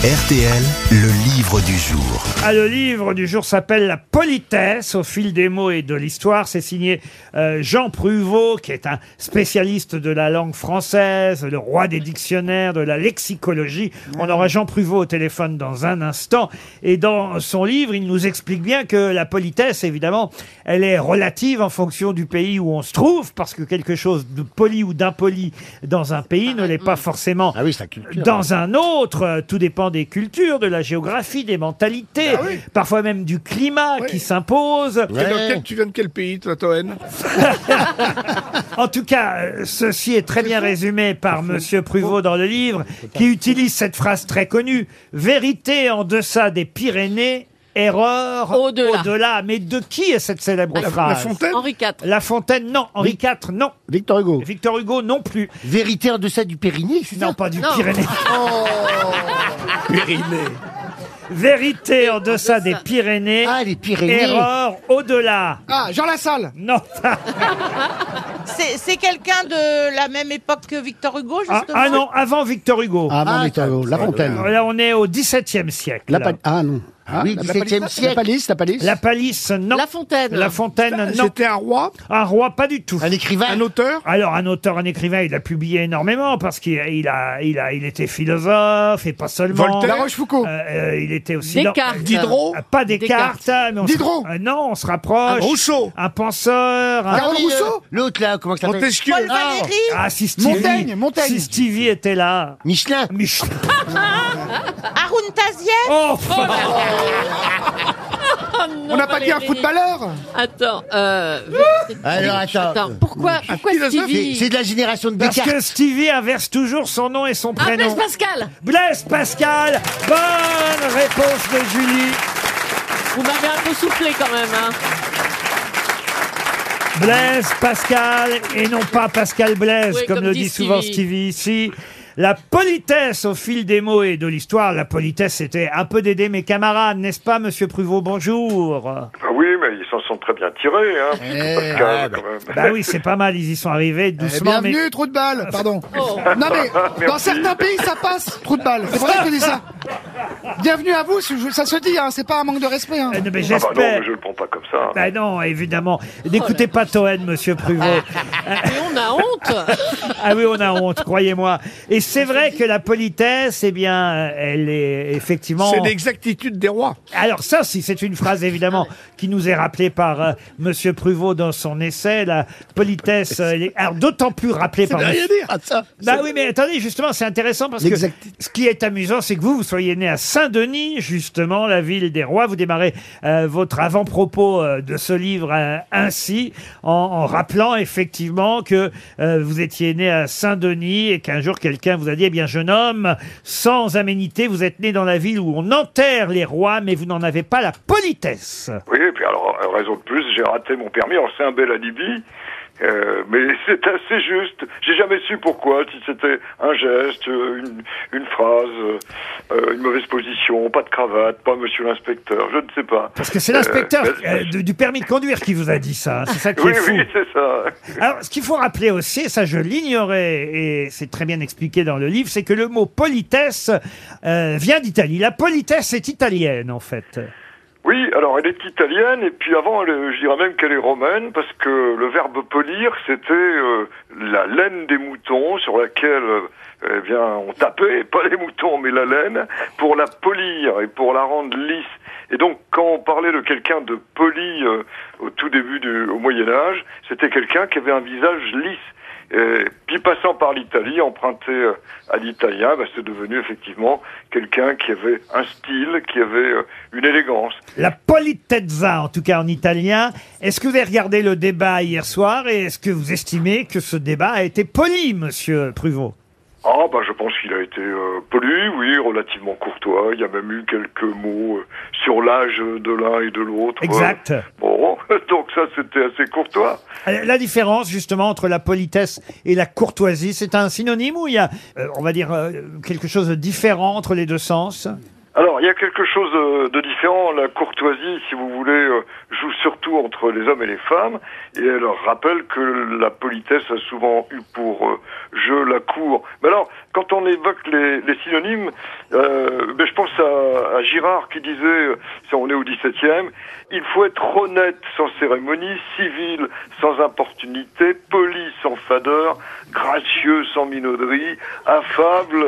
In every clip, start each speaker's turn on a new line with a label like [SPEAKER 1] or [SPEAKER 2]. [SPEAKER 1] RTL, le livre du jour.
[SPEAKER 2] Ah, le livre du jour s'appelle La politesse au fil des mots et de l'histoire. C'est signé euh, Jean Pruvot, qui est un spécialiste de la langue française, le roi des dictionnaires, de la lexicologie. On aura Jean Pruvot au téléphone dans un instant. Et dans son livre, il nous explique bien que la politesse, évidemment, elle est relative en fonction du pays où on se trouve, parce que quelque chose de poli ou d'impoli dans un pays ne l'est pas forcément
[SPEAKER 3] Ah oui, c'est la culture.
[SPEAKER 2] dans un autre. euh, Tout dépend des cultures, de la géographie, des mentalités,
[SPEAKER 4] Ah
[SPEAKER 2] parfois même du climat qui s'impose.
[SPEAKER 3] Ouais.
[SPEAKER 4] Et dans quel- tu viens de quel pays, toi, Toen
[SPEAKER 2] En tout cas, euh, ceci est très bien résumé par Monsieur Pruvot dans le livre, qui utilise cette phrase très connue Vérité en deçà des Pyrénées, erreur
[SPEAKER 5] Au-delà.
[SPEAKER 2] Mais de qui est cette célèbre
[SPEAKER 4] La
[SPEAKER 2] phrase
[SPEAKER 4] Fontaine
[SPEAKER 5] Henri IV.
[SPEAKER 2] La Fontaine, non. Henri IV, non.
[SPEAKER 3] Victor Hugo.
[SPEAKER 2] Victor Hugo, non plus.
[SPEAKER 3] Vérité en deçà du Périnée, c'est
[SPEAKER 2] Non,
[SPEAKER 3] ça
[SPEAKER 2] pas du
[SPEAKER 5] Non.
[SPEAKER 2] Pyrénées.
[SPEAKER 4] Périnée.
[SPEAKER 2] Vérité en deçà des Pyrénées,
[SPEAKER 3] Ah, les Pyrénées.
[SPEAKER 2] erreur au-delà.
[SPEAKER 6] Ah, Jean Lassalle
[SPEAKER 2] Non.
[SPEAKER 7] C'est c'est quelqu'un de la même époque que Victor Hugo, justement
[SPEAKER 2] Ah, ah non, avant Victor Hugo.
[SPEAKER 3] Ah, non, mais t'as- la fontaine.
[SPEAKER 2] Là, on est au XVIIe siècle.
[SPEAKER 3] La pa- Ah non.
[SPEAKER 4] Ah,
[SPEAKER 3] oui,
[SPEAKER 4] la
[SPEAKER 3] 17 e
[SPEAKER 4] palisse-
[SPEAKER 3] siècle.
[SPEAKER 4] la
[SPEAKER 3] palisse, la palisse.
[SPEAKER 2] La Palisse, non.
[SPEAKER 5] La Fontaine.
[SPEAKER 2] La Fontaine, non.
[SPEAKER 4] C'était un roi,
[SPEAKER 2] Un roi, pas du tout.
[SPEAKER 3] Un écrivain.
[SPEAKER 4] un auteur
[SPEAKER 2] Alors, un auteur, un écrivain, il a publié énormément parce qu'il il a, il a, il était philosophe et pas seulement.
[SPEAKER 4] Voltaire.
[SPEAKER 6] La Rochefoucauld
[SPEAKER 2] Euh, euh, il était aussi.
[SPEAKER 5] Descartes.
[SPEAKER 4] Diderot
[SPEAKER 2] Non, pas Descartes, mais on se-
[SPEAKER 6] Diderot.
[SPEAKER 2] Euh, non, on se
[SPEAKER 6] Ah,
[SPEAKER 2] rapproche.
[SPEAKER 4] Rousseau
[SPEAKER 2] Un penseur. Un...
[SPEAKER 3] Ah oui,
[SPEAKER 6] Rousseau
[SPEAKER 3] euh, L'autre là, comment ça s'appelle
[SPEAKER 4] Montesquieu
[SPEAKER 7] Paul Valéry
[SPEAKER 2] Ah, si Stevie.
[SPEAKER 6] Montaigne, Montaigne.
[SPEAKER 2] Si Stevie était là.
[SPEAKER 3] Michelin.
[SPEAKER 2] Mich-
[SPEAKER 7] Haroun Taziev
[SPEAKER 2] Ah. Oh,
[SPEAKER 6] On n'a pas dit un footballeur
[SPEAKER 5] Attends, euh, vérité-
[SPEAKER 3] Alors, attends.
[SPEAKER 5] attends, pourquoi, pourquoi
[SPEAKER 4] philosophe,
[SPEAKER 3] C'est c'est
[SPEAKER 5] Stevie
[SPEAKER 3] de la génération de
[SPEAKER 2] Parce
[SPEAKER 3] Descartes.
[SPEAKER 2] que Stevie inverse toujours son nom et son
[SPEAKER 5] Ah,
[SPEAKER 2] prénom.
[SPEAKER 5] Blaise Pascal
[SPEAKER 2] Blaise Pascal. Bonne réponse de Julie.
[SPEAKER 5] Vous m'avez un peu soufflé quand même, hein.
[SPEAKER 2] Blaise Pascal et non pas Pascal Blaise,
[SPEAKER 5] Oui,
[SPEAKER 2] comme,
[SPEAKER 5] comme
[SPEAKER 2] le
[SPEAKER 5] dit
[SPEAKER 2] dit souvent
[SPEAKER 5] Stevie.
[SPEAKER 2] Stevie ici. La politesse au fil des mots et de l'histoire. La politesse, c'était un peu d'aider mes camarades, n'est-ce pas, Monsieur Pruvot Bonjour.
[SPEAKER 8] Ah oui, mais ils s'en sont très bien tirés, hein. Pascal, quand même.
[SPEAKER 2] Eh.
[SPEAKER 8] Ah,
[SPEAKER 2] Bah oui, c'est pas mal. Ils y sont arrivés
[SPEAKER 6] Eh,
[SPEAKER 2] doucement, mais
[SPEAKER 6] Bienvenue, trou de balle, pardon.
[SPEAKER 5] Oh.
[SPEAKER 6] Non mais, dans certains pays, ça passe, trou de balle. C'est pour ça que je dis ça. Bienvenue à vous, je- ça se dit, hein, c'est pas un manque de respect. hein.
[SPEAKER 2] Euh, non, mais
[SPEAKER 8] Ah bah non,
[SPEAKER 2] j'espère.
[SPEAKER 8] mais je Oh le prends pas comme ça.
[SPEAKER 2] Bah non, évidemment. N'écoutez pas Toen, Monsieur
[SPEAKER 8] Ah.
[SPEAKER 2] Pruvot.
[SPEAKER 5] Mais on a honte
[SPEAKER 2] Ah oui, on a honte, croyez-moi. Et c'est vrai que la politesse, eh bien, elle est effectivement.
[SPEAKER 4] C'est l'exactitude des rois.
[SPEAKER 2] Alors ça, si c'est une phrase évidemment qui nous est rappelée par euh, Monsieur Pruvot dans son essai, la politesse. euh, elle est- alors d'autant plus rappelée par.
[SPEAKER 4] Rien à
[SPEAKER 2] Monsieur-
[SPEAKER 4] dire.
[SPEAKER 2] Bah oui, mais attendez, justement, c'est intéressant parce que
[SPEAKER 3] L'exactitude.
[SPEAKER 2] ce qui est amusant, c'est que vous, vous soyez né à Saint-Denis, justement, la ville des rois. Vous démarrez euh, votre avant-propos euh, de ce livre euh, ainsi, en, en rappelant effectivement que euh, vous étiez né à Saint-Denis et qu'un jour quelqu'un vous a dit, eh bien, jeune homme, sans aménité, vous êtes né dans la ville où on enterre les rois, mais vous n'en avez pas la politesse.
[SPEAKER 8] Oui, et puis alors, euh, raison de plus, j'ai raté mon permis. Alors, c'est un bel alibi. euh, mais c'est assez juste. J'ai jamais su pourquoi, si c'était un geste, euh, une, une phrase, euh, euh, une mauvaise position, pas de cravate, pas monsieur l'inspecteur, je ne sais pas.
[SPEAKER 2] Parce que c'est l'inspecteur
[SPEAKER 8] Euh,
[SPEAKER 2] euh, du du permis de conduire qui vous a dit ça. hein. C'est ça qui
[SPEAKER 8] Oui,
[SPEAKER 2] est fou.
[SPEAKER 8] oui, c'est ça.
[SPEAKER 2] Alors, ce qu'il faut rappeler aussi, et ça je l'ignorais, et c'est très bien expliqué dans le livre, c'est que le mot politesse euh, vient d'Italie. La politesse est italienne, en fait.
[SPEAKER 8] Oui, alors elle est italienne et puis avant, elle est- je dirais même qu'elle est romaine parce que le verbe polir, c'était euh, la laine des moutons sur laquelle, euh, eh bien, on tapait pas les moutons mais la laine pour la polir et pour la rendre lisse. Et donc, quand on parlait de quelqu'un de poli euh, au tout début du au Moyen Âge, c'était quelqu'un qui avait un visage lisse. Et puis passant par l'Italie, emprunté euh, à l'italien, bah, c'est devenu effectivement quelqu'un qui avait un style, qui avait euh, une élégance.
[SPEAKER 2] La politezza, en tout cas en italien. Est-ce que vous avez regardé le débat hier soir et est-ce que vous estimez que ce débat a été poli, monsieur Pruvot
[SPEAKER 8] Ah bah je pense qu'il a été euh, poli, oui, relativement courtois. Il y a même eu quelques mots euh, sur l'âge de l'un et de l'autre.
[SPEAKER 2] Exact.
[SPEAKER 8] Euh, bon, donc ça c'était assez courtois.
[SPEAKER 2] Euh, La différence, justement, entre la politesse et la courtoisie, c'est un synonyme ou il y a, euh, on va dire, euh, quelque chose de différent entre les deux sens
[SPEAKER 8] Alors Alors, il y a quelque chose euh, de différent. La courtoisie, si vous voulez, euh, joue surtout entre les hommes et les femmes. Et elle leur rappelle que la politesse a souvent eu pour euh, jeu la cour. Mais alors, quand on évoque les, les synonymes, euh, ben, je pense à, à Girard qui disait, euh, si on est au 17e, il faut être honnête sans cérémonie, civil sans importunité, poli sans fadeur, gracieux sans minauderie, affable,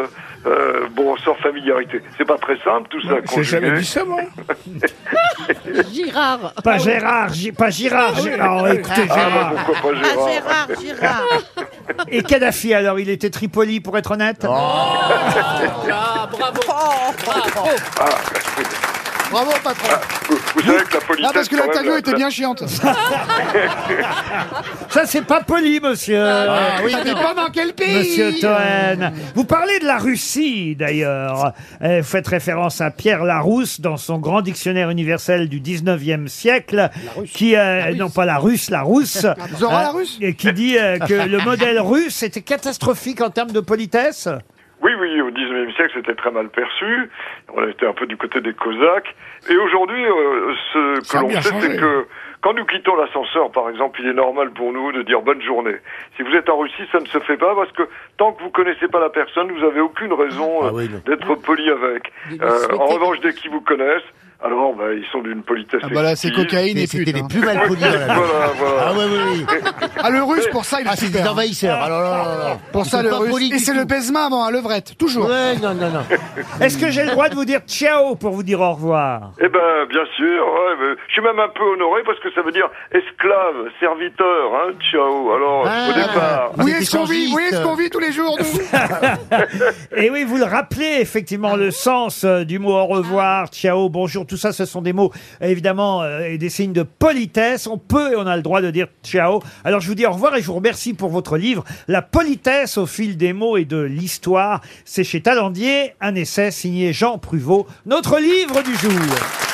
[SPEAKER 8] euh, bon, sans familiarité. C'est pas très simple tout ça.
[SPEAKER 4] J'ai
[SPEAKER 8] conjugué.
[SPEAKER 4] jamais dit ça, moi.
[SPEAKER 5] Girard.
[SPEAKER 2] Pas Gérard, Gi- pas Girard, Gérard. Oh, écoutez,
[SPEAKER 8] Ah, ben,
[SPEAKER 2] Gérard.
[SPEAKER 8] pourquoi pas
[SPEAKER 7] Ah, Gérard,
[SPEAKER 8] Gérard
[SPEAKER 7] Gérard.
[SPEAKER 2] Et Kadhafi, alors, il était Tripoli, pour être honnête
[SPEAKER 5] Ah, bravo. Bravo.
[SPEAKER 6] Bravo, patron.
[SPEAKER 8] vous, vous savez que la politesse...
[SPEAKER 6] Ah, parce que
[SPEAKER 8] quand même,
[SPEAKER 6] l'interview
[SPEAKER 8] la-
[SPEAKER 6] était
[SPEAKER 8] la-
[SPEAKER 6] bien chiante.
[SPEAKER 2] Ça, c'est pas poli, monsieur. Euh,
[SPEAKER 6] Ah oui, ça dépend dans quel pays.
[SPEAKER 2] Monsieur Toen, vous parlez de la Russie d'ailleurs. Euh, Vous faites référence à Pierre Larousse dans son grand dictionnaire universel du 19e siècle, qui euh, non pas la Russe, Larousse,
[SPEAKER 6] Zora
[SPEAKER 2] euh,
[SPEAKER 6] la Russe
[SPEAKER 2] et qui dit euh, que le modèle russe était catastrophique en termes de politesse.
[SPEAKER 8] Oui, oui, au 19e siècle, c'était très mal perçu. On était un peu du côté des Cosaques. Et aujourd'hui, euh, ce que
[SPEAKER 4] Ça a
[SPEAKER 8] l'on
[SPEAKER 4] bien
[SPEAKER 8] sait,
[SPEAKER 4] changé.
[SPEAKER 8] c'est que quand nous quittons l'ascenseur, par exemple, il est normal pour nous de dire bonne journée. Si vous êtes en Russie, ça ne se fait pas parce que tant que vous connaissez pas la personne, vous avez aucune raison euh, d'être poli avec.
[SPEAKER 5] Il
[SPEAKER 8] Euh,
[SPEAKER 5] souhaitait-
[SPEAKER 8] en revanche, dès qu'ils vous connaissent, alors bah, ils sont d'une politesse.
[SPEAKER 6] Ah bah là, c'est
[SPEAKER 8] exquise.
[SPEAKER 6] cocaïne et
[SPEAKER 9] C'était
[SPEAKER 6] pute.
[SPEAKER 9] les
[SPEAKER 6] hein.
[SPEAKER 9] plus mal polis dans la vie.
[SPEAKER 8] Voilà, voilà.
[SPEAKER 9] Ah ouais, oui, oui.
[SPEAKER 6] Ah, le russe, pour ça, il est
[SPEAKER 9] Ah, c'est des
[SPEAKER 6] super. hein.
[SPEAKER 3] Oh
[SPEAKER 9] envahisseurs. Alors là, là, là, là.
[SPEAKER 6] Pour
[SPEAKER 9] Ils
[SPEAKER 6] ça,
[SPEAKER 9] sont
[SPEAKER 6] le
[SPEAKER 9] pas
[SPEAKER 6] russe.
[SPEAKER 9] polis
[SPEAKER 6] Et
[SPEAKER 9] du
[SPEAKER 6] c'est le
[SPEAKER 9] tout.
[SPEAKER 6] baisement avant, hein, levrette. Toujours.
[SPEAKER 9] Ouais, non, non, non.
[SPEAKER 2] Est-ce que j'ai le droit de vous dire ciao pour vous dire au revoir
[SPEAKER 8] Eh ben, bien sûr. ouais, mais je suis même un peu honoré parce que ça veut dire esclave, serviteur. Hein, ciao. Alors,
[SPEAKER 9] Ah.
[SPEAKER 8] au départ.
[SPEAKER 9] Vous
[SPEAKER 6] Oui,
[SPEAKER 9] êtes
[SPEAKER 6] est-ce qu'on vit,
[SPEAKER 9] échangiste.
[SPEAKER 6] oui, est-ce qu'on vit tous les jours, nous
[SPEAKER 2] Et oui, vous le rappelez, effectivement, le sens euh, du mot au revoir, ciao, bonjour, tout ça, ce sont des mots, évidemment, euh, et des signes de politesse. On peut et on a le droit de dire ciao. Alors, je vous dis au revoir et je vous remercie pour votre livre, La politesse au fil des mots et de l'histoire. C'est chez Talandier, un essai signé Jean Pruvot, notre livre du jour.